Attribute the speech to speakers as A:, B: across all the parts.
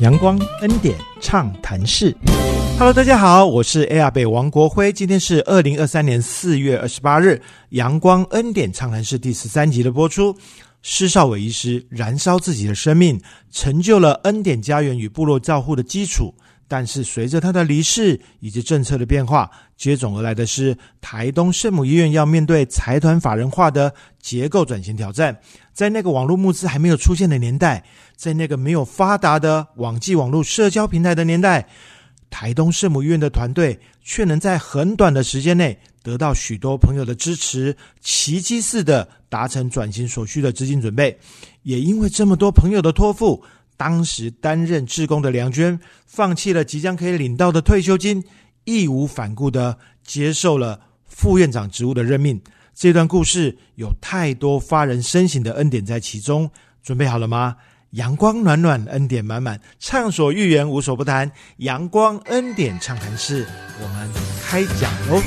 A: 阳光恩典畅谈室。Hello，大家好，我是 AR 北王国辉，今天是二零二三年四月二十八日，阳光恩典畅谈室第十三集的播出。施少伟医师燃烧自己的生命，成就了恩典家园与部落照护的基础。但是随着他的离世以及政策的变化，接踵而来的是台东圣母医院要面对财团法人化的结构转型挑战。在那个网络募资还没有出现的年代，在那个没有发达的网际网络社交平台的年代，台东圣母医院的团队却能在很短的时间内得到许多朋友的支持，奇迹似的达成转型所需的资金准备。也因为这么多朋友的托付，当时担任志工的梁娟放弃了即将可以领到的退休金，义无反顾的接受了副院长职务的任命。这段故事有太多发人深省的恩典在其中，准备好了吗？阳光暖暖，恩典满满，畅所欲言，无所不谈。阳光恩典畅谈室，我们开讲喽！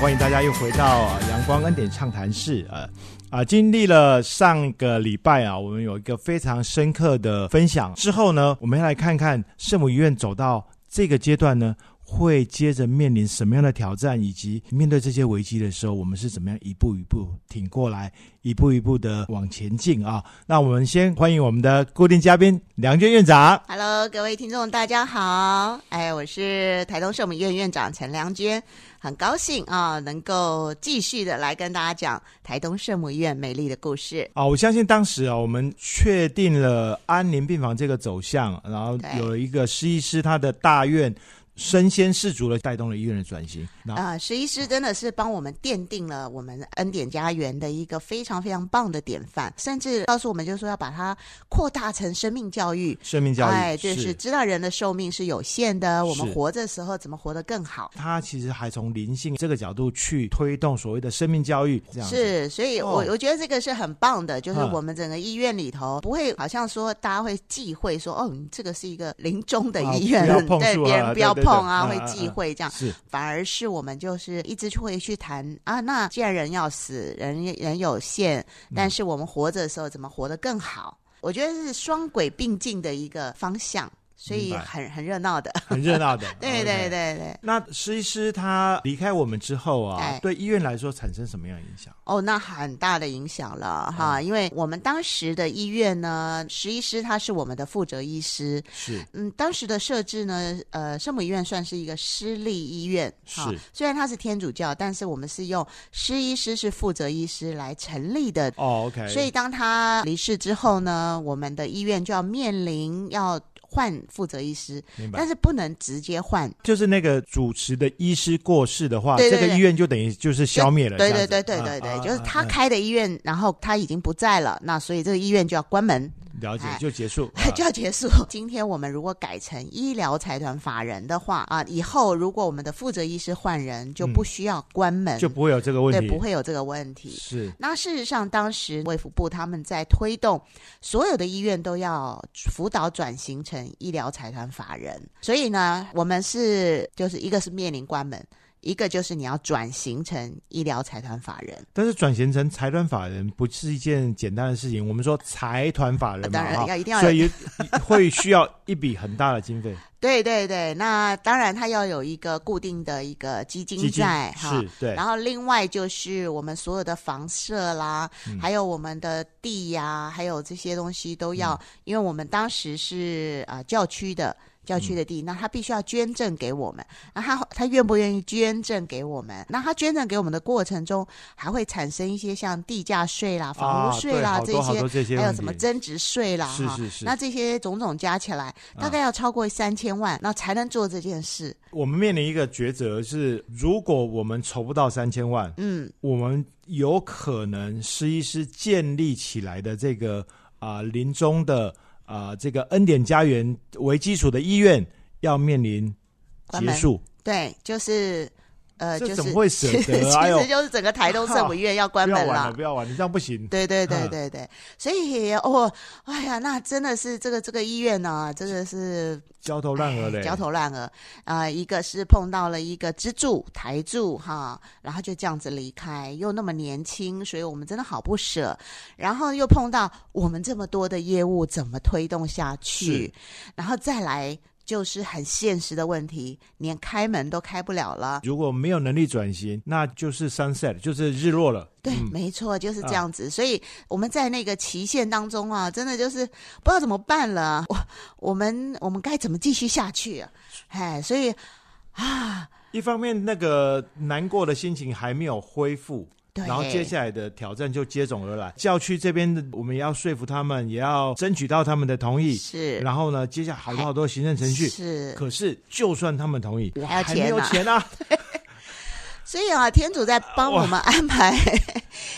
A: 欢迎大家又回到呃阳光恩典畅谈室，呃。啊，经历了上个礼拜啊，我们有一个非常深刻的分享之后呢，我们要来看看圣母医院走到这个阶段呢，会接着面临什么样的挑战，以及面对这些危机的时候，我们是怎么样一步一步挺过来，一步一步的往前进啊。那我们先欢迎我们的固定嘉宾梁娟院长。
B: Hello，各位听众，大家好。哎，我是台东圣母医院院长陈良娟，很高兴啊、能够继续的来跟大家讲台东圣母医院美丽的故事。
A: 啊，我相信当时啊，我们确定了安宁病房这个走向，然后
B: 对
A: 有一个施医师他的大愿身先士卒的带动了医院的转型。那、
B: 啊、石医师真的是帮我们奠定了我们恩典家园的一个非常非常棒的典范，甚至告诉我们就是说要把它扩大成生命教育。
A: 生命教育，
B: 哎，这是知道人的寿命是有限的，我们
A: 是
B: 活着的时候怎么活得更好？
A: 他其实还从灵性这个角度去推动所谓的生命教育，这样子
B: 是，所以我、
A: 哦
B: 我觉得这个是很棒的，就是
A: 嗯
B: 我们整个医院里头不会好像说大家会忌讳说哦，你这个是一个临终的
A: 啊
B: 医院，
A: 不要碰
B: 对
A: 触
B: 别
A: 啊
B: 人不要
A: 对对对
B: 碰啊，
A: 嗯
B: 会
A: 嗯
B: 忌
A: 嗯
B: 讳这样。
A: 是
B: 反而是我们就是一直会去谈啊，那既然人要死，人人有限，
A: 嗯
B: 但是我们活着的时候怎么活得更好？我觉得是双轨并进的一个方向，所
A: 明
B: 以
A: 白哦
B: 很很热闹的。。
A: 很热闹的
B: 对
A: OK
B: 对。对对。
A: 那施医师他离开我们之后啊
B: 哎，
A: 对医院来说产生什么样的影响？
B: 哦，那很大的影响了哈，
A: 嗯
B: 因为我们当时的医院呢，石医师他是我们的负责医师，
A: 是
B: 嗯，当时的设置呢，呃，圣母医院算是一个私立医院，哈
A: 是，
B: 虽然它是天主教，但是我们是用施医师是负责医师来成立的，
A: 哦，OK，
B: 所以当他离世之后呢，我们的医院就要面临要换负责医师，
A: 明白
B: 但。是不能直接换，
A: 就是那个主持的医师过世的话，
B: 对对
A: 这个
B: 对
A: 医院就等于就是消灭了。
B: 对
A: 这样
B: 对
A: 子
B: 对对
A: 啊
B: 对对，
A: 啊
B: 就是
A: 啊
B: 他
A: 啊
B: 开的医院，然后他已经不在了，那所以这个医院就要关门。
A: 了解
B: 哎
A: 就结
B: ，
A: 束啊
B: 就要结束。今天我们如果改成医疗财团法人的话啊，以后如果我们的负责医师换人，就不需要关门，
A: 啊嗯就不会有这个问
B: 对
A: 题，
B: 不会有这个问题。
A: 是
B: 那事实上，当时卫福部他们在推动所有的医院都要辅导转型成医疗财团法人，所以呢，我们是就是一个是面临关门，一个就是你要转型成医疗财团法人。
A: 但是转型成财团法人不是一件简单的事情。我们说财团法人嘛，
B: 呃当然
A: 哈
B: 要一定要
A: 所以会需要一笔很大的经 费，
B: 对对对，那当然它要有一个固定的一个基
A: 基
B: 金
A: 金
B: 在哈。
A: 是对
B: 然后另外就是我们所有的房舍啦，
A: 嗯
B: 还有我们的地呀、还有这些东西都
A: 嗯
B: 要，因为我们当时是啊、呃教区的。教区的地，
A: 嗯
B: 那他必须要捐赠给我们。那他他愿不愿意捐赠给我们？那他捐赠给我们的过程中，还会产生一些像地价税啦、房
A: 啊，
B: 屋税
A: 对
B: 啦、
A: 好
B: 这
A: 多好
B: 些
A: 多，这些
B: 还有
A: 问
B: 什么
A: 题
B: 增值税啦，
A: 是
B: 哈
A: 是啊是
B: 那这些种种加起来，大概要超过三千万，那才能做这件事。
A: 我们面临一个抉择是，如果我们筹不到三千万，
B: 嗯，
A: 我们有可能施医师建立起来的这个啊、临终的啊、这个恩典家园为基础的医院，要面临
B: 关
A: 结
B: 门
A: 束，
B: 对，就是呃，
A: 这
B: 就是
A: 怎么会舍得
B: 其 实
A: 哎呦
B: 就是整个台东圣母医院要关
A: 不要
B: 门
A: 玩了，
B: 了。
A: 不要玩，你这样不行。
B: 对对对
A: 嗯
B: 对对，所以哦，哎呀，那真的是这个这个医院呢、真的是
A: 焦头烂额嘞，
B: 哎焦头烂额啊、呃一个是碰到了一个支柱台柱哈，然后就这样子离开，又那么年轻，所以我们真的好不舍。然后又碰到我们这么多的业务怎么推动下去，然后再来就是很现实的问题，连开门都开不了了。
A: 如果没有能力转型，那就是 sunset，就是日落了。
B: 对，
A: 嗯
B: 没错，就是这
A: 啊
B: 样子。所以我们在那个期限当中啊，真的就是不知道怎么办了。我我们我们该怎么继续下去、啊？哎，所以啊，
A: 一方面那个难过的心情还没有恢复，
B: 对，
A: 然后接下来的挑战就接踵而来。教区这边的，我们也要说服他们，也要争取到他们的同意。
B: 是
A: 然后呢，接下来好多好多行政程序。
B: 是，
A: 可是，就算他们同意，我
B: 还要
A: 还没有
B: 钱
A: 钱啊！
B: 所以啊，天主在帮我们 安排、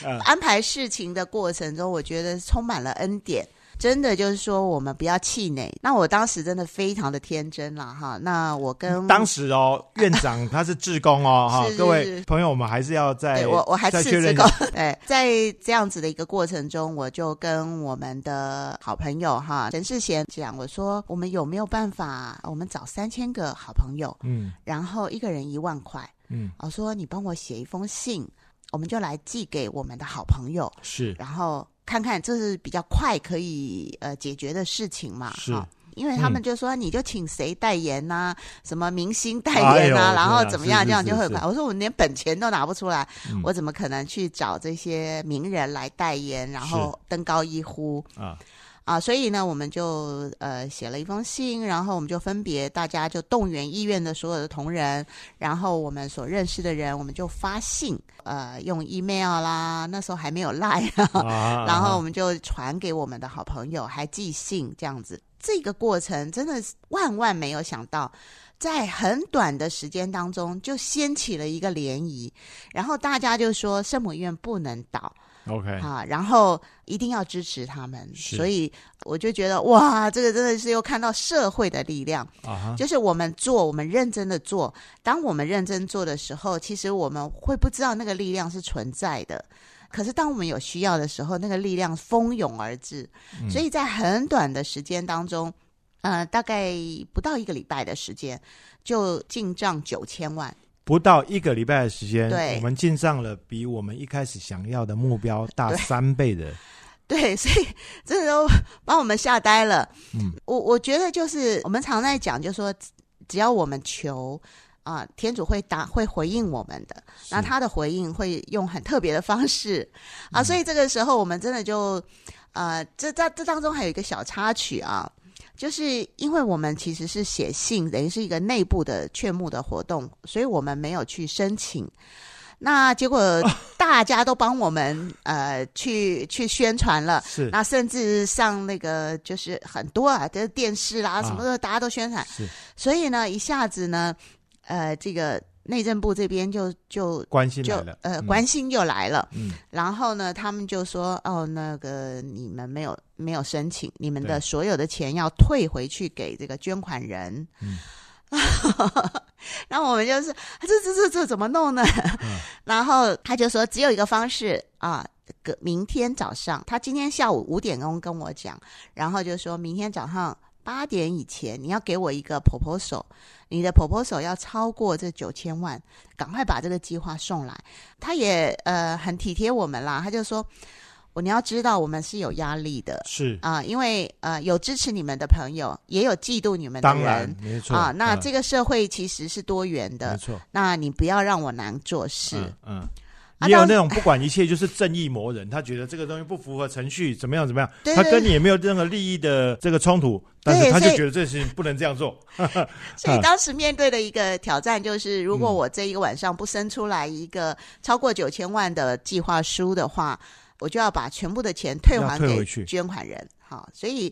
A: 啊
B: 安排事情的过程中，我觉得充满了恩典。真的就是说，我们不要气馁。那我当时真的非常的天真了哈。那我跟
A: 当时哦，院长他是志工 哦，哈
B: 嗯是，是
A: 各位
B: 是
A: 朋友，我们还是要再
B: 对我我还
A: 再
B: 是
A: 确
B: 这
A: 认一
B: 个
A: 下
B: 对，在这样子的一个过程中，我就跟我们的好朋友哈陈世贤讲，我说我们有没有办法，我们找三千个好朋友，
A: 嗯
B: 然后一个人一万块，
A: 嗯，
B: 我说你帮我写一封信，我们就来寄给我们的好朋友，
A: 是
B: 然后看看这是比较快可以呃解决的事情嘛，
A: 是
B: 哈。因为他
A: 嗯
B: 们就说，你就请谁代言呐、什么明星代
A: 哎
B: 言
A: 呦
B: 呐、
A: 天
B: 然后
A: 哪
B: 怎么
A: 是
B: 样，
A: 是
B: 这样
A: 是
B: 就会
A: 是
B: 快。我说我连本钱都拿不出来，
A: 嗯
B: 我怎么可能去找这些名人来代言，然后登高一呼
A: 啊，
B: 啊？所以呢，我们就呃写了一封信，然后我们就分别大家就动员医院的所有的同仁，然后我们所认识的人，我们就发信，呃，用 email 啦，那时候还没有 line 啊，然
A: 然
B: 后我们就传给我们的好朋友，还寄信这样子。这个过程真的是万万没有想到，在很短的时间当中就掀起了一个涟漪，然后大家就说圣母院不能倒
A: OK
B: 啊，然后一定要支持他们，
A: 是
B: 所以我就觉得哇，这个真的是又看到社会的力量。
A: 啊哈，
B: 就是我们做，我们认真的做。当我们认真做的时候，其实我们会不知道那个力量是存在的。可是当我们有需要的时候，那个力量蜂拥而至。
A: 嗯
B: 所以在很短的时间当中，呃，大概不到一个礼拜的时间，就进账九千万。
A: 不到一个礼拜的时间，
B: 对
A: 我们进账了比我们一开始想要的目标大
B: 对
A: 三倍的，
B: 对，所以这都 把我们吓呆了。
A: 嗯，
B: 我我觉得就是我们常在讲，就说只只要我们求啊、天主会答会回应我们的。那
A: 是
B: 他的回应会用很特别的方式
A: 嗯
B: 啊，所以这个时候我们真的就，呃，这这这当中还有一个小插曲啊，就是因为我们其实是写信，等于是一个内部的劝募的活动，所以我们没有去申请。那结 果大家都帮我们呃去去宣传了，
A: 是
B: 那甚至上那个就是很多啊，就是电视啦、
A: 啊
B: 什么的，大家都宣传。
A: 是
B: 所以呢，一下子呢，呃，这个内政部这边就就
A: 关心
B: 就
A: 来了，
B: 呃
A: 嗯
B: 关心就来了，
A: 嗯
B: 然后呢，他们就说哦，那个你们没有没有申请，你们的
A: 对
B: 所有的钱要退回去给这个捐款人。
A: 嗯
B: 然后我们就是啊这这这这怎么弄呢？
A: 嗯
B: 然后他就说只有一个方式啊。隔明天早上，他今天下午五点钟跟我讲，然后就说明天早上八点以前你要给我一个 proposal，你的 proposal 要超过这九千万，赶快把这个计划送来。他也呃很体贴我们啦，他就说，我你要知道我们是有压力的
A: 是
B: 啊、因为呃有支持你们的朋友，也有嫉妒你们的
A: 当然
B: 人
A: 没错
B: 啊。那
A: 嗯
B: 这个社会其实是多元
A: 没
B: 的，
A: 错
B: 那你不要让我难做事。
A: 嗯嗯。
B: 啊
A: 也有
B: 当
A: 那种不管一切就是正义魔人，他觉得这个东西不符合程序，怎么样怎么样，
B: 对
A: 他
B: 对
A: 跟你也没有任何利益的这个冲突，但是
B: 对
A: 他就
B: 所以
A: 觉得这事情不能这样做。
B: 所以当时面对的一个挑战就是，如果我这一个晚上不生出来一个超过九千万的计划书的话，我就要把全部的钱退还
A: 要退回
B: 给
A: 去
B: 捐款人。好，所以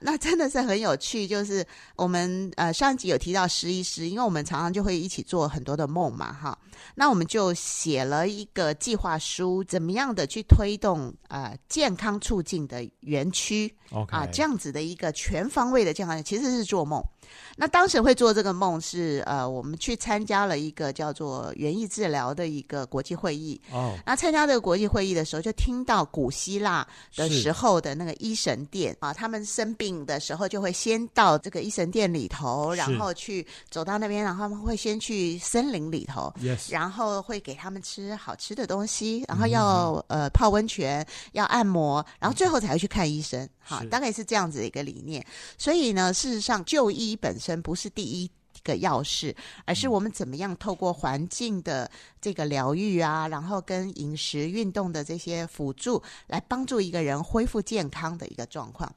B: 那真的是很有趣，就是我们呃上一集有提到十一师，因为我们常常就会一起做很多的梦嘛，哈。那我们就写了一个计划书，怎么样的去推动呃健康促进的园区
A: OK，
B: 啊，这样子的一个全方位的健康，其实是做梦。那当时会做这个梦是呃，我们去参加了一个叫做园艺治疗的一个国际会议。
A: 哦，
B: 那参加这个国际会议的时候，就听到古希腊的
A: 是
B: 时候的那个医神殿啊，他们生病的时候就会先到这个医神殿里头，
A: 是
B: 然后去走到那边，然后他们会先去森林里头。
A: yes，
B: 然后会给他们吃好吃的东西，然后要、
A: 嗯
B: 呃泡温泉，要按摩，然后最后才会去看医生。好
A: 是，
B: 大概是这样子的一个理念。所以呢，事实上就医本身不是第一。个要事，而
A: 嗯
B: 是我们怎么样透过环境的这个疗愈啊，然后跟饮食、运动的这些辅助，来帮助一个人恢复健康的一个状况。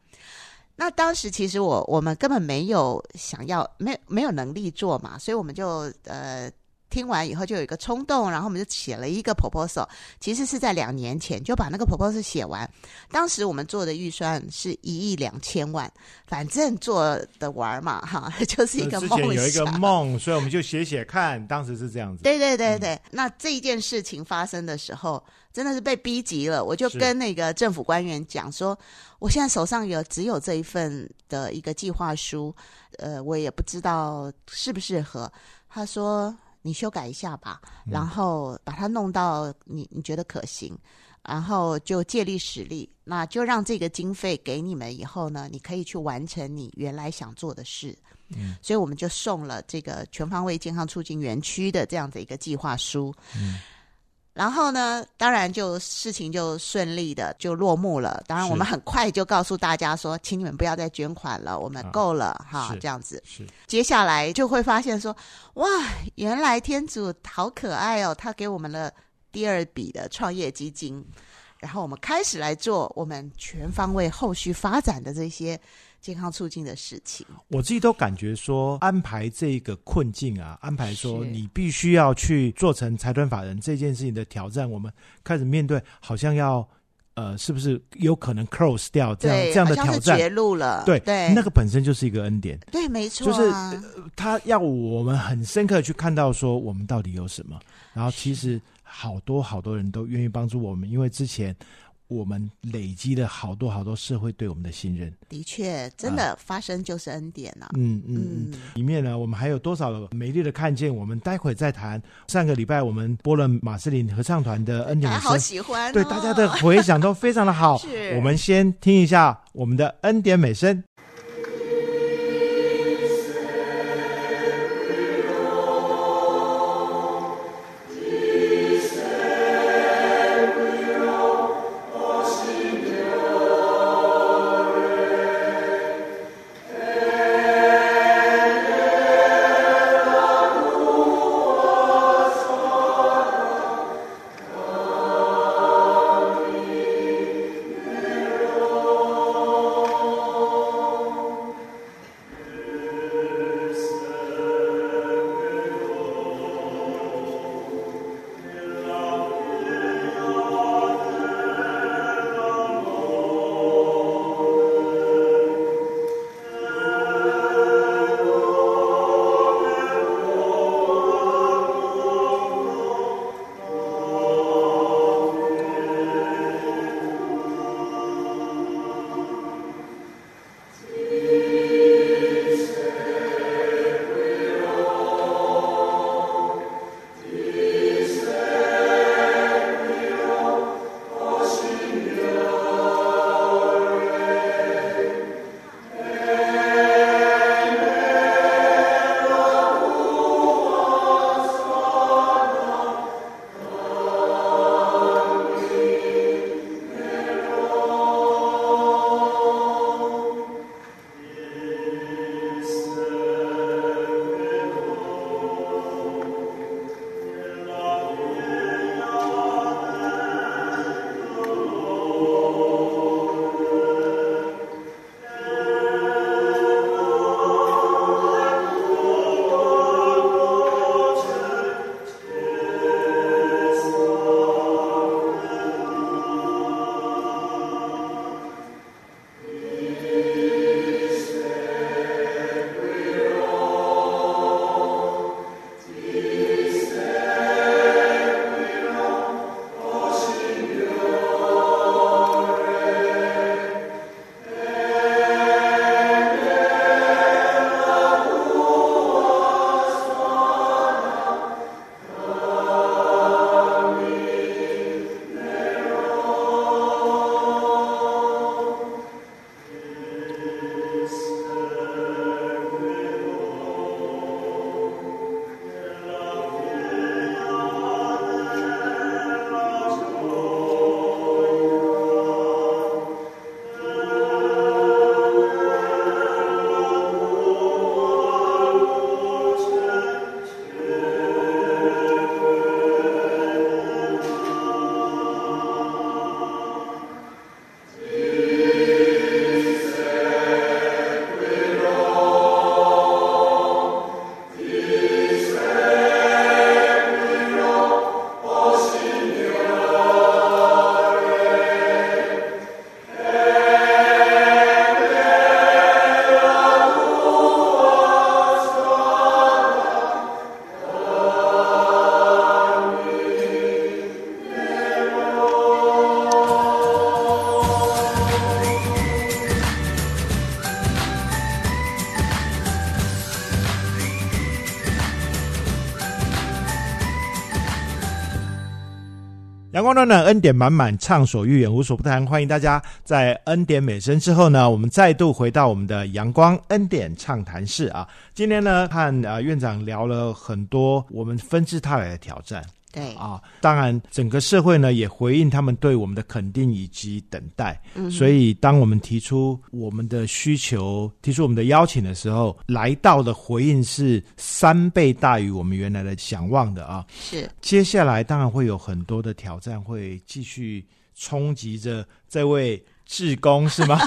B: 那当时其实我我们根本没有想要，没没有能力做嘛，所以我们就呃听完以后就有一个冲动，然后我们就写了一个 proposal，其实是在两年前就把那个 proposal 写完。当时我们做的预算是一亿两千万，反正做的玩儿嘛，哈， 就是一个
A: 呃之
B: 梦
A: 前
B: 想。
A: 有一个梦，所以我们就写写看，当时是这样子。嗯
B: 对对对对，那这一件事情发生的时候，真的是被逼急了。我就是跟那个政府官员讲说，我现在手上有只有这一份的一个计划书，呃，我也不知道适不适合。他说你修改一下吧，
A: 嗯
B: 然后把它弄到你你觉得可行，然后就借力使力，那就让这个经费给你们以后呢，你可以去完成你原来想做的事。
A: 嗯
B: 所以我们就送了这个全方位健康促进园区的这样的一个计划书。
A: 嗯
B: 然后呢，当然就事情就顺利的就落幕了。当然，
A: 是
B: 我们很快就告诉大家说，请你们不要再捐款了，我们
A: 啊
B: 够了哈
A: 是，
B: 这样子。
A: 是
B: 接下来就会发现说，哇，原来天主好可爱哦，他给我们了第二笔的创业基金，然后我们开始来做我们全方位后续发展的这些健康促进的事情。
A: 我自己都感觉说，安排这个困境啊，安排说
B: 是
A: 你必须要去做成财团法人这件事情的挑战，我们开始面对，好像要呃，是不是有可能 close 掉这样
B: 对，
A: 这样的
B: 好像
A: 挑
B: 是
A: 战？
B: 绝路了。
A: 对
B: 对，
A: 那个本身就是一个恩典，
B: 对，没错、
A: 就是呃
B: 啊，
A: 他要我们很深刻地去看到说我们到底有什么，然后其实好多好多人都愿意帮助我们，因为之前我们累积了好多好多社会对我们的信任。
B: 的确，真的发生就是恩典啊。
A: 嗯嗯啊嗯。
B: 嗯，
A: 里面呢，我们还有多少美丽的看见？我们待会再谈。上个礼拜我们播了马斯林合唱团的《恩典
B: 大家
A: 的
B: 好
A: 声》，
B: 喜欢、哦，
A: 嗯对大家的回响都非常的好
B: 是。
A: 我们先听一下我们的恩典美声。
C: Amen.
A: 阳光暖暖，恩典满满，畅所欲言，无所不谈。欢迎大家在恩典美声之后呢，我们再度回到我们的阳光恩典畅谈室啊。今天呢，和呃院长聊了很多我们纷至沓来的挑战
B: 对，
A: 啊，当然整个社会呢也回应他们对我们的肯定以及等待。
B: 嗯
A: 所以，当我们提出我们的需求、提出我们的邀请的时候，来到的回应是三倍大于我们原来的想望的啊。
B: 是
A: 接下来当然会有很多的挑战会继续冲击着这位志工，是 吗？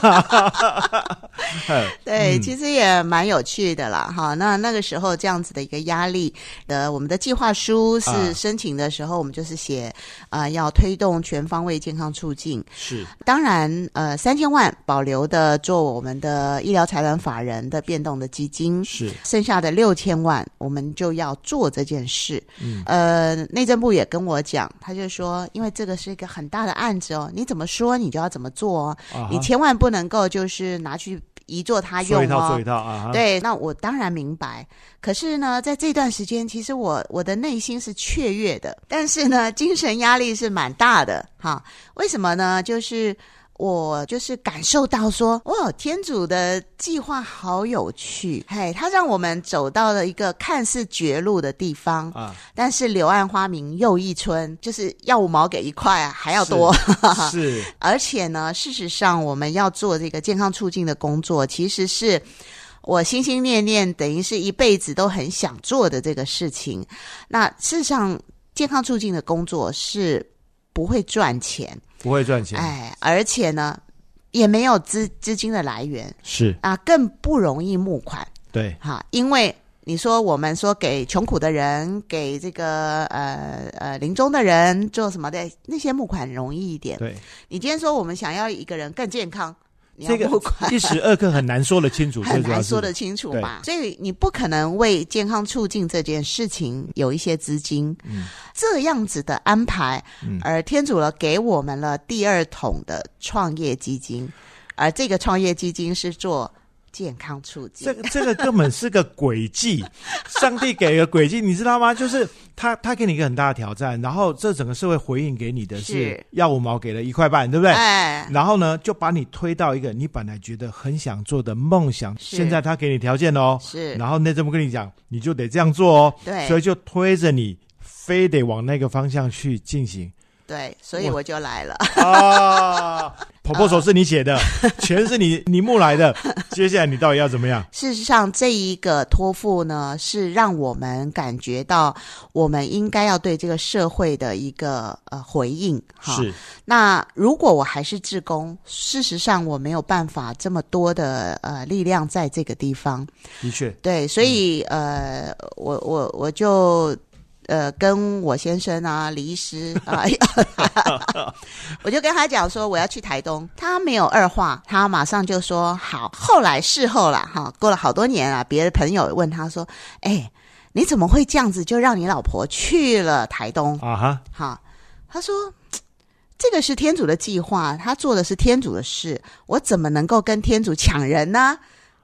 A: 嗯
B: 对，其实也蛮有趣的啦，哈。那那个时候这样子的一个压力的，我们的计划书
A: 啊
B: 是申请的时候，我们就是写啊、呃要推动全方位健康促进。
A: 是
B: 当然，呃，三千万保留的做我们的医疗财团法人的变动的基金，
A: 是
B: 剩下的六千万我们就要做这件事。
A: 嗯，
B: 呃，内政部也跟我讲，他就说，因为这个是一个很大的案子哦，你怎么说你就要怎么做哦，
A: 啊哈，
B: 你千万不能够就是拿去移作他用
A: 做一套
B: 哦
A: 做一。套啊哈，
B: 对，那我当然明白。可是呢，在这段时间，其实我我的内心是雀跃的，但是呢，精神压力是蛮大的哈。为什么呢？就是我就是感受到说，哇，天主的计划好有趣，嘿，他让我们走到了一个看似绝路的地方，
A: 啊，
B: 但是柳暗花明又一村，就是要五毛给一块啊，还要
A: 是
B: 多。
A: 是
B: 而且呢，事实上我们要做这个健康促进的工作，其实是我心心念念，等于是一辈子都很想做的这个事情。那事实上，健康促进的工作是不会赚钱，
A: 不会赚钱，
B: 哎，而且呢，也没有资资金的来源
A: 是
B: 啊，更不容易募款。
A: 对
B: 哈，因为你说我们说给穷苦的人，给这个呃呃临终的人做什么的，那些募款容易一点。
A: 对，
B: 你今天说我们想要一个人更健康，你要
A: 这个
B: 募 款。
A: 一时二刻很难说得清楚，最
B: 很
A: 主要
B: 难
A: 是
B: 说得清楚嘛，所以你不可能为健康促进这件事情有一些资金，
A: 嗯
B: 这样子的安排，
A: 嗯
B: 而天主了给我们了第二桶的创业基金，而这个创业基金是做健康促进，
A: 这个这个根本是个诡 计，上帝给个诡计，你知道吗？就是他他给你一个很大的挑战，然后这整个社会回应给你的是
B: 是
A: 要五毛给了一块半，对不对？
B: 哎，
A: 然后呢，就把你推到一个你本来觉得很想做的梦想，
B: 是
A: 现在他给你条件哦，
B: 是，
A: 然后内政部跟你讲，你就得这样做哦，
B: 对
A: 所以就推着你，非得往那个方向去进行
B: 对，所以
A: 我
B: 我就来了，
A: 啊。婆婆手是你写
B: 啊
A: 的，全是你你木来的，接下来你到底要怎么样？
B: 事实上，这一个托付呢，是让我们感觉到我们应该要对这个社会的一个呃回应。哈，
A: 是
B: 那如果我还是志工，事实上我没有办法这么多的呃力量在这个地方。
A: 的确，
B: 对，所以、呃，我我我就。呃，跟我先生啊，李医师啊， 我就跟他讲说我要去台东，他没有二话，他马上就说好。后来事后啦，哈，过了好多年啊，别的朋友问他说，哎、你怎么会这样子就让你老婆去了台东？
A: 啊哈，
B: 哈，他说嘖这个是天主的计划，他做的是天主的事，我怎么能够跟天主抢人呢？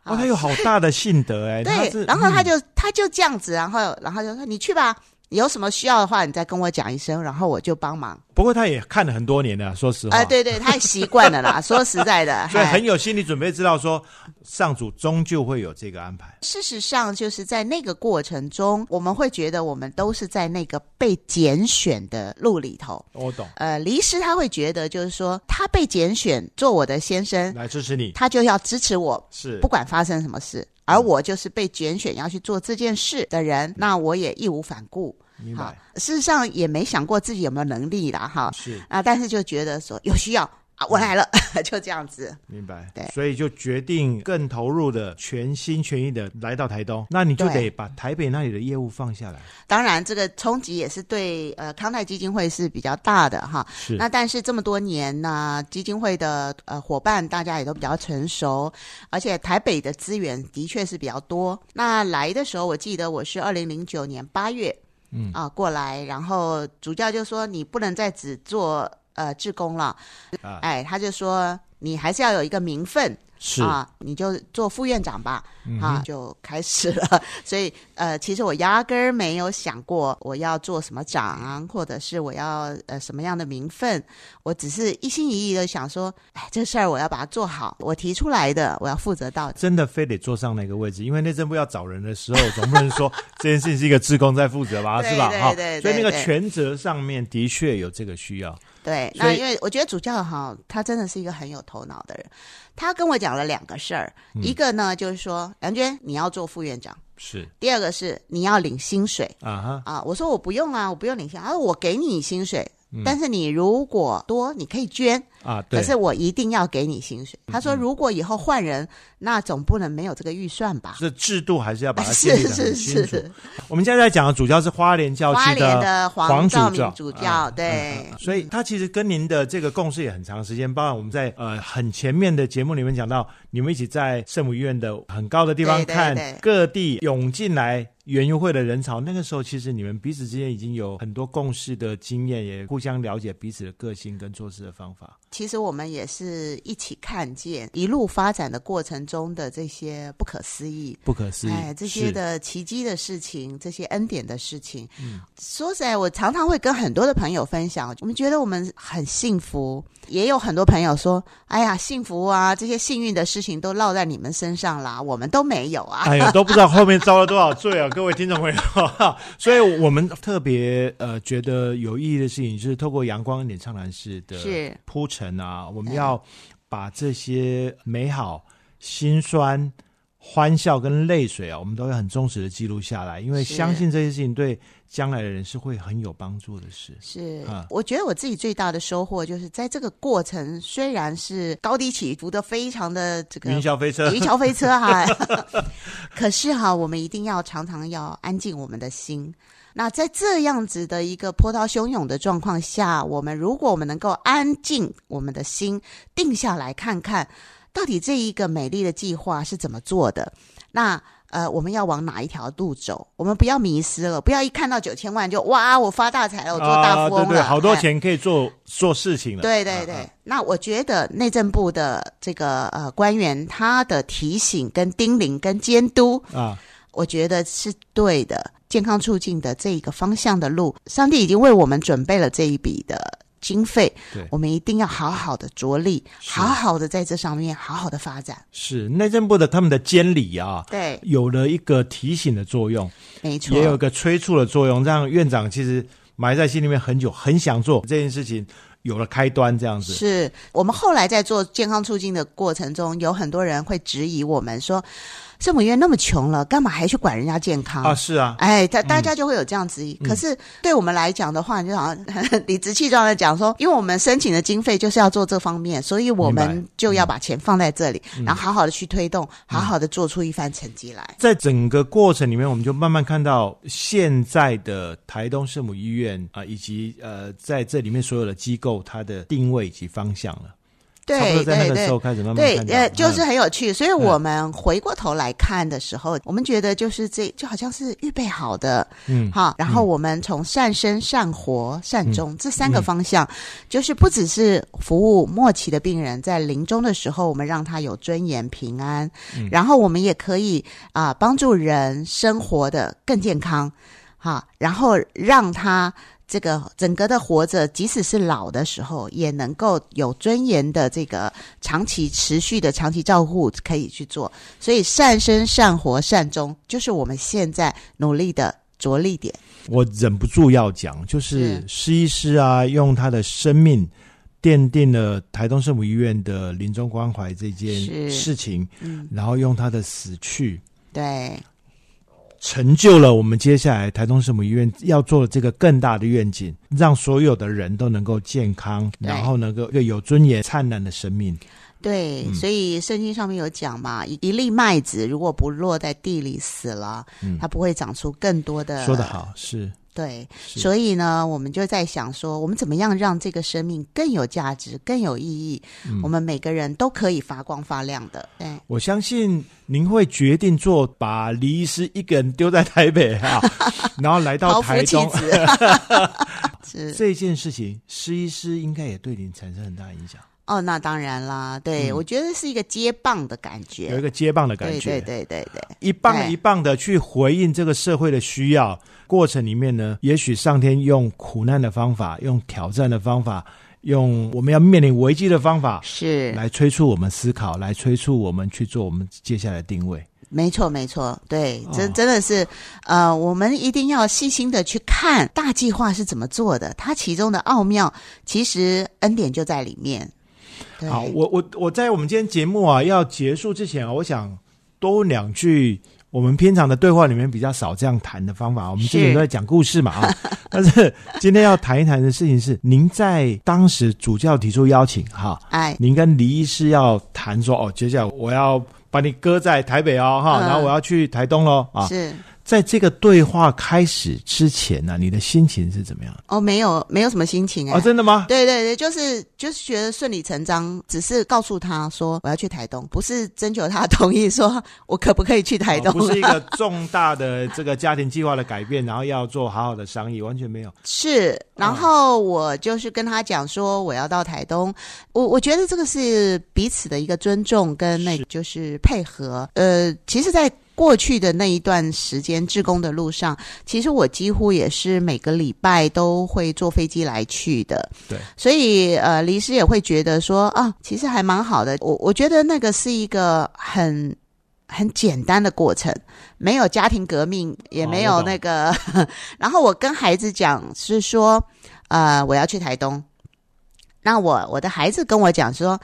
A: 哦，
B: 啊
A: 他有好大的信德哎，他
B: 对
A: 是，
B: 然后他
A: 嗯
B: 就、他就这样子，然后然后就说你去吧，你有什么需要的话，你再跟我讲一声，然后我就帮忙。
A: 不过他也看了很多年了，说实
B: 啊、
A: 话，，
B: 对哎对，太习惯 了啦。说实在的，
A: 所以
B: 嗨
A: 很有心理准备，知道说上主终究会有这个安排，
B: 事实上，就是在那个过程中，我们会觉得我们都是在那个被拣选的路里头。
A: 我懂，
B: 呃，黎师他会觉得，就是说他被拣选做我的先生，
A: 来支持你，嗯
B: 他就要支持我，
A: 是
B: 不管发生什么事。而我就是被拣选要去做这件事的人，那我也义无反顾。
A: 明
B: 好
A: 白，，
B: 事实上也没想过自己有没有能力啦，哈
A: 是
B: 啊，但是就觉得说有需要啊，我来了， 就这样子。
A: 明白
B: 对，
A: 所以就决定更投入的、全心全意的来到台东，那你就得
B: 对
A: 把台北那里的业务放下来，
B: 当然，这个冲击也是对呃康泰基金会是比较大的哈。
A: 是
B: 那但是这么多年呢，基金会的呃伙伴大家也都比较成熟，而且台北的资源的确是比较多。那来的时候，我记得我是二零零九年八月，
A: 嗯
B: 啊过来，然后主教就说你不能再只做呃志工了，
A: 啊
B: 哎，他就说你还是要有一个名分。
A: 是嗯
B: 啊，你就做副院长吧，啊，就开始了。 所以呃，其实我压根儿没有想过我要做什么长，或者是我要呃什么样的名分，我只是一心一意的想说，哎，这事儿我要把它做好，我提出来的，我要负责到底。
A: 真的非得坐上那个位置，因为内政部要找人的时候，总不能 说这件事情是一个职工在负责吧，
B: 对
A: 是吧？
B: 对
A: 哈
B: 对，
A: 所以那个
B: 对对
A: 权责上面的确有这个需要，
B: 对，
A: 所
B: 那
A: 以
B: 因为我觉得主教哈，他真的是一个很有头脑的人。他跟我讲了两个事儿，
A: 嗯
B: 一个呢就是说，梁娟你要做副院长，
A: 是
B: 第二个是你要领薪水
A: 啊哈，
B: 啊。我说我不用啊，我不用领薪，他说我给你薪水，但是你如果多，你可以捐，
A: 啊，嗯对嗯
B: 可，是我一定要给你薪水。他说如果以后换人，那总不能没有这个预算吧？
A: 这制度还是要把它建 立
B: 是
A: 的
B: 是
A: 很清楚。
B: 是，
A: 我们现在在讲的主教是花莲教
B: 花
A: 区
B: 莲的
A: 黄主
B: 兆
A: 教
B: 明主
A: 啊
B: 教，对，
A: 所以他其实跟您的这个共识也很长时间，包括我们在呃很前面的节目里面讲到，你们一起在圣母医院的很高的地方
B: 对对
A: 看
B: 对
A: 各地涌进来园游会的人潮，那个时候其实你们彼此之间已经有很多共识的经验，也互相了解彼此的个性跟做事的方法。
B: 其实我们也是一起看见一路发展的过程中的这些不可思议，
A: 不可思议，
B: 哎，这些
A: 是
B: 的奇迹的事情，这些恩典的事情。
A: 嗯
B: 说实在，我常常会跟很多的朋友分享，我们觉得我们很幸福，也有很多朋友说：“哎呀，幸福啊，这些幸运的事情都落在你们身上啦，我们都没有 啊。
A: 哎呦，都不知道后面遭了多少罪啊！ 各位听众朋友，所以我们特别呃觉得有意义的事情，就是透过阳光恩典畅谈室的
B: 是
A: 铺陈啊，我们要把这些美好、心酸、欢笑跟泪水啊，我们都会很忠实的记录下来，因为
B: 是
A: 相信这些事情对将来的人是会很有帮助的事。
B: 是
A: 啊，
B: 我觉得我自己最大的收获就是在这个过程，虽然是高低起伏的，非常的这个
A: 云霄飞车
B: 云霄飞车 哈、可是哈，我们一定要常常要安静我们的心。那在这样子的一个波涛汹涌的状况下，我们如果我们能够安静我们的心，定下来看看，到底这一个美丽的计划是怎么做的？那呃，我们要往哪一条路走？我们不要迷失了，不要一看到九千万就哇，我发大财了，我做大富
A: 啊，对
B: 翁了，
A: 对，好多
B: 哎
A: 钱可以做做事情了。
B: 对对对，
A: 啊啊
B: 那我觉得内政部的这个呃官员他的提醒、跟叮咛、跟监督，
A: 啊，
B: 我觉得是对的。健康促进的这一个方向的路，上帝已经为我们准备了这一笔的经费
A: 对，
B: 我们一定要好好的着力，
A: 是
B: 好好的在这上面好好的发展。
A: 是内政部的他们的监理啊，
B: 对，
A: 有了一个提醒的作用，
B: 没错
A: 也，有一个催促的作用，让院长其实埋在心里面很久，很想做这件事情，有了开端这样子。
B: 是我们后来在做健康促进的过程中，有很多人会质疑我们说，圣母院那么穷了，干嘛还去管人家健康
A: 啊，是啊，
B: 哎，大大家就会有这样质
A: 嗯
B: 疑。可是对我们来讲的话，你就好像 理直气壮的讲说，因为我们申请的经费就是要做这方面，所以我
A: 明嗯
B: 们就要把钱放在这里，然后好好的去推动，好好的做出一番成绩来。
A: 在整个过程里面，我们就慢慢看到现在的台东圣母医院啊、以及呃在这里面所有的机构，它的定位以及方向了。差不多
B: 对
A: 在那
B: 对
A: 个时
B: 对
A: 候。开始慢慢
B: 对
A: 看，到，
B: 呃，就是
A: 嗯
B: 很有趣，所以我们回过头来看的时候，我们觉得就是这就好像是预备好的，
A: 嗯嗯
B: 哈，然后我们从善生、善活、善终、这三个方向，就是不只是服务末期的病人，在临终的时候，我们让他有尊严、平安，
A: 嗯
B: 然后我们也可以啊、帮助人生活的更健康，哈，然后让他。这个整个的活着，即使是老的时候，也能够有尊严的这个长期持续的长期照护可以去做，所以善生、善活、善终，就是我们现在努力的着力点。
A: 我忍不住要讲，就是
B: 是
A: 施医师啊，用他的生命奠定了台东圣母医院的临终关怀这件
B: 是
A: 事情，
B: 嗯，
A: 然后用他的死去
B: 对，
A: 成就了我们接下来台东圣母医院要做的这个更大的愿景，让所有的人都能够健康，
B: 对
A: 然后能够一个有尊严、灿烂的生命。
B: 对，
A: 嗯
B: 所以圣经上面有讲嘛，一一粒麦子如果不落在地里死了，
A: 嗯
B: 它不会长出更多的。
A: 说得，好，是
B: 对，
A: 是
B: 所以呢，我们就在想说，我们怎么样让这个生命更有价值、更有意义？
A: 嗯
B: 我们每个人都可以发光发亮的。哎对，
A: 我相信您会决定做把李医师一个人丢在台北 啊，然后来到
B: 抛夫
A: 台
B: 弃
A: 东。
B: 子。是
A: 这件事情，施医师应该也对您产生很大影响。
B: 哦，那当然啦，对、
A: 嗯
B: 我觉得是一个接棒的感觉，
A: 有一个接棒的感
B: 对
A: 觉，
B: 对对对对，
A: 一棒的
B: 对
A: 一棒的去回应这个社会的需要。过程里面呢，也许上天用苦难的方法，用挑战的方法，用我们要面临危机的方法，
B: 是
A: 来催促我们思考，来催促我们去做我们接下来的定位。
B: 没错，没错，对，
A: 哦
B: 真真的是，呃，我们一定要细心的去看大计划是怎么做的，它其中的奥妙，其实恩典就在里面。对
A: 好，我我我在我们今天节目啊要结束之前啊，我想多问两句。我们平常的对话里面比较少这样谈的方法，我们
B: 是
A: 之前都在讲故事嘛 啊。但是今天要谈一谈的事情是，您在当时主教提出邀请哈，
B: 哎，
A: 您跟李医师要谈说哦，接下来我要把你搁在台北哦哈，
B: 嗯
A: 然后我要去台东喽啊。
B: 是
A: 在这个对话开始之前呢、你的心情是怎么样？
B: 哦，没有没有什么心情哎、
A: 哦，真的吗？
B: 对对对，就是就是觉得顺理成章，只是告诉他说我要去台东，不是征求他同意，说我可不可以去台
A: 哦
B: 东、
A: 不是一个重大的这个家庭计划的改变，然后要做好好的商议，完全没有。
B: 是，然后我就是跟他讲说我要到台东，我我觉得这个是彼此的一个尊重跟那
A: 是
B: 就是配合。呃，其实，在过去的那一段时间，志工的路上，其实我几乎也是每个礼拜都会坐飞机来去的。
A: 对，
B: 所以呃，黎师也会觉得说啊，其实还蛮好的。我我觉得那个是一个很。很简单的过程，没有家庭革命，也
A: 哦
B: 没
A: 我
B: 有
A: 懂
B: 那个 然后我跟孩子讲是说，呃，我要去台东。那我我的孩子跟我讲说，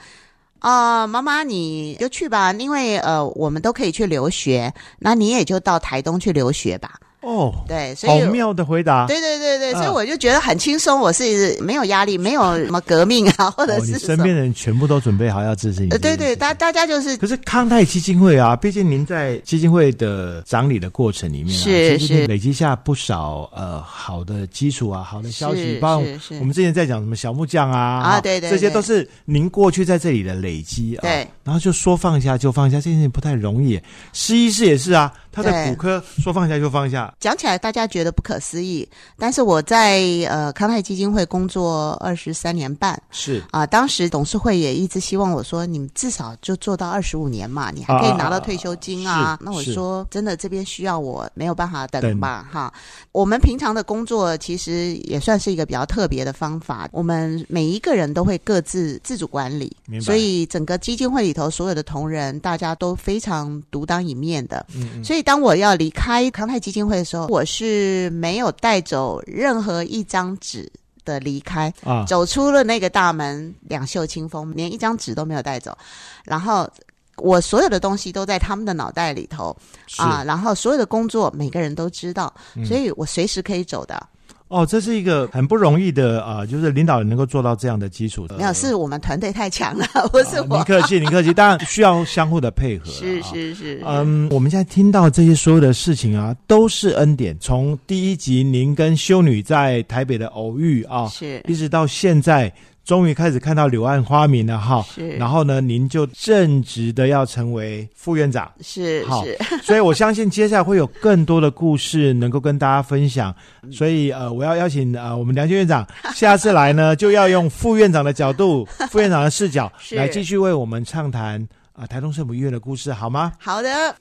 B: 啊、妈妈你就去吧，因为呃，我们都可以去留学，那你也就到台东去留学吧。
A: 哦，
B: 对，所
A: 好
B: 以。
A: 妙的回答。
B: 对对对对，
A: 嗯
B: 所以我就觉得很轻松，我是没有压力，没有什么革命啊，或者
A: 哦，你
B: 是什
A: 身
B: 么
A: 边，的人全部都准备好要支持你
B: 呃
A: 这件
B: 对
A: 事情。
B: 对，大大家就是
A: 可是康泰基金会啊，毕竟您在基金会的掌理的过程里面、啊，
B: 是
A: 其实
B: 是
A: 累积下不少呃好的基础啊，好的消息，
B: 是
A: 包括
B: 是是
A: 我们之前在讲什么小木匠啊，
B: 啊
A: 哈
B: 对对
A: 这些
B: 对
A: 都是您过去在这里的累积啊。
B: 对，
A: 然后就说放下就放下，这件事情不太容易。失医师也是啊，他在
B: 对
A: 骨科说放下就放下，
B: 讲起来大家觉得不可思议，但是我在呃康泰基金会工作二十三年半，
A: 是
B: 啊，当时董事会也一直希望我说，你们至少就做到二十五年嘛，你还可以拿到退休金
A: 啊啊啊啊
B: 啊。
A: 啊
B: 那我
A: 是
B: 说，真的这边需要我，没有办法
A: 等
B: 等吧，哈。我们平常的工作其实也算是一个比较特别的方法，我们每一个人都会各自自主管理
A: 明，白
B: 所以整个基金会里头所有的同仁，大家都非常独当一面的。
A: 嗯嗯，
B: 所以，当我要离开康泰基金会的时候，我是没有带走任何一张纸的离开，
A: 啊，
B: 走出了那个大门，两袖清风，连一张纸都没有带走。然后我所有的东西都在他们的脑袋里头
A: 是
B: 啊，然后所有的工作每个人都知道，
A: 嗯
B: 所以我随时可以走的。
A: 哦，这是一个很不容易的啊、呃就是领导人能够做到这样的基础。呃
B: 没有，是我们团队 太强了，不是
A: 啊
B: 我
A: 您。客 气，您客气，当然需要相互的配合啦。
B: 是
A: 啊
B: 是是，
A: 嗯，我们现在听到这些所有的事情啊，都是恩典。从第一集您跟修女在台北的偶遇啊，
B: 是
A: 一直到现在，终于开始看到柳暗花明了哈。
B: 是，
A: 然后呢，您就正直的要成为副院长，
B: 是
A: 好
B: 是
A: 所以我相信接下来会有更多的故事能够跟大家分享。所以呃，我要邀请呃我们梁军院长下次来呢，就要用副院长的角度、副院长的视角
B: 是
A: 来继续为我们畅谈啊、呃台东圣母医院的故事，好吗？
B: 好的，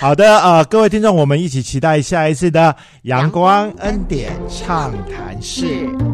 A: 好的，呃，各位听众，我们一起期待下一次的阳光
B: 阳光
A: 恩典畅谈室。
B: 是。